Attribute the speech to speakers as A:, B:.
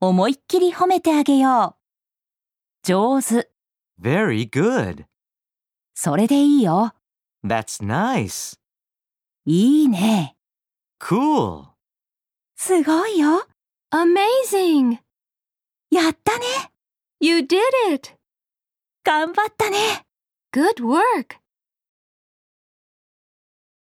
A: 思いっきり褒めてあげよう。上手、
B: Very good.
A: それでいいよ。
B: That's nice.
A: いいね。
B: Cool.
A: すごいよ。
C: Amazing!
A: やったね。
C: You did it!
A: 頑張ったね。
C: Good work!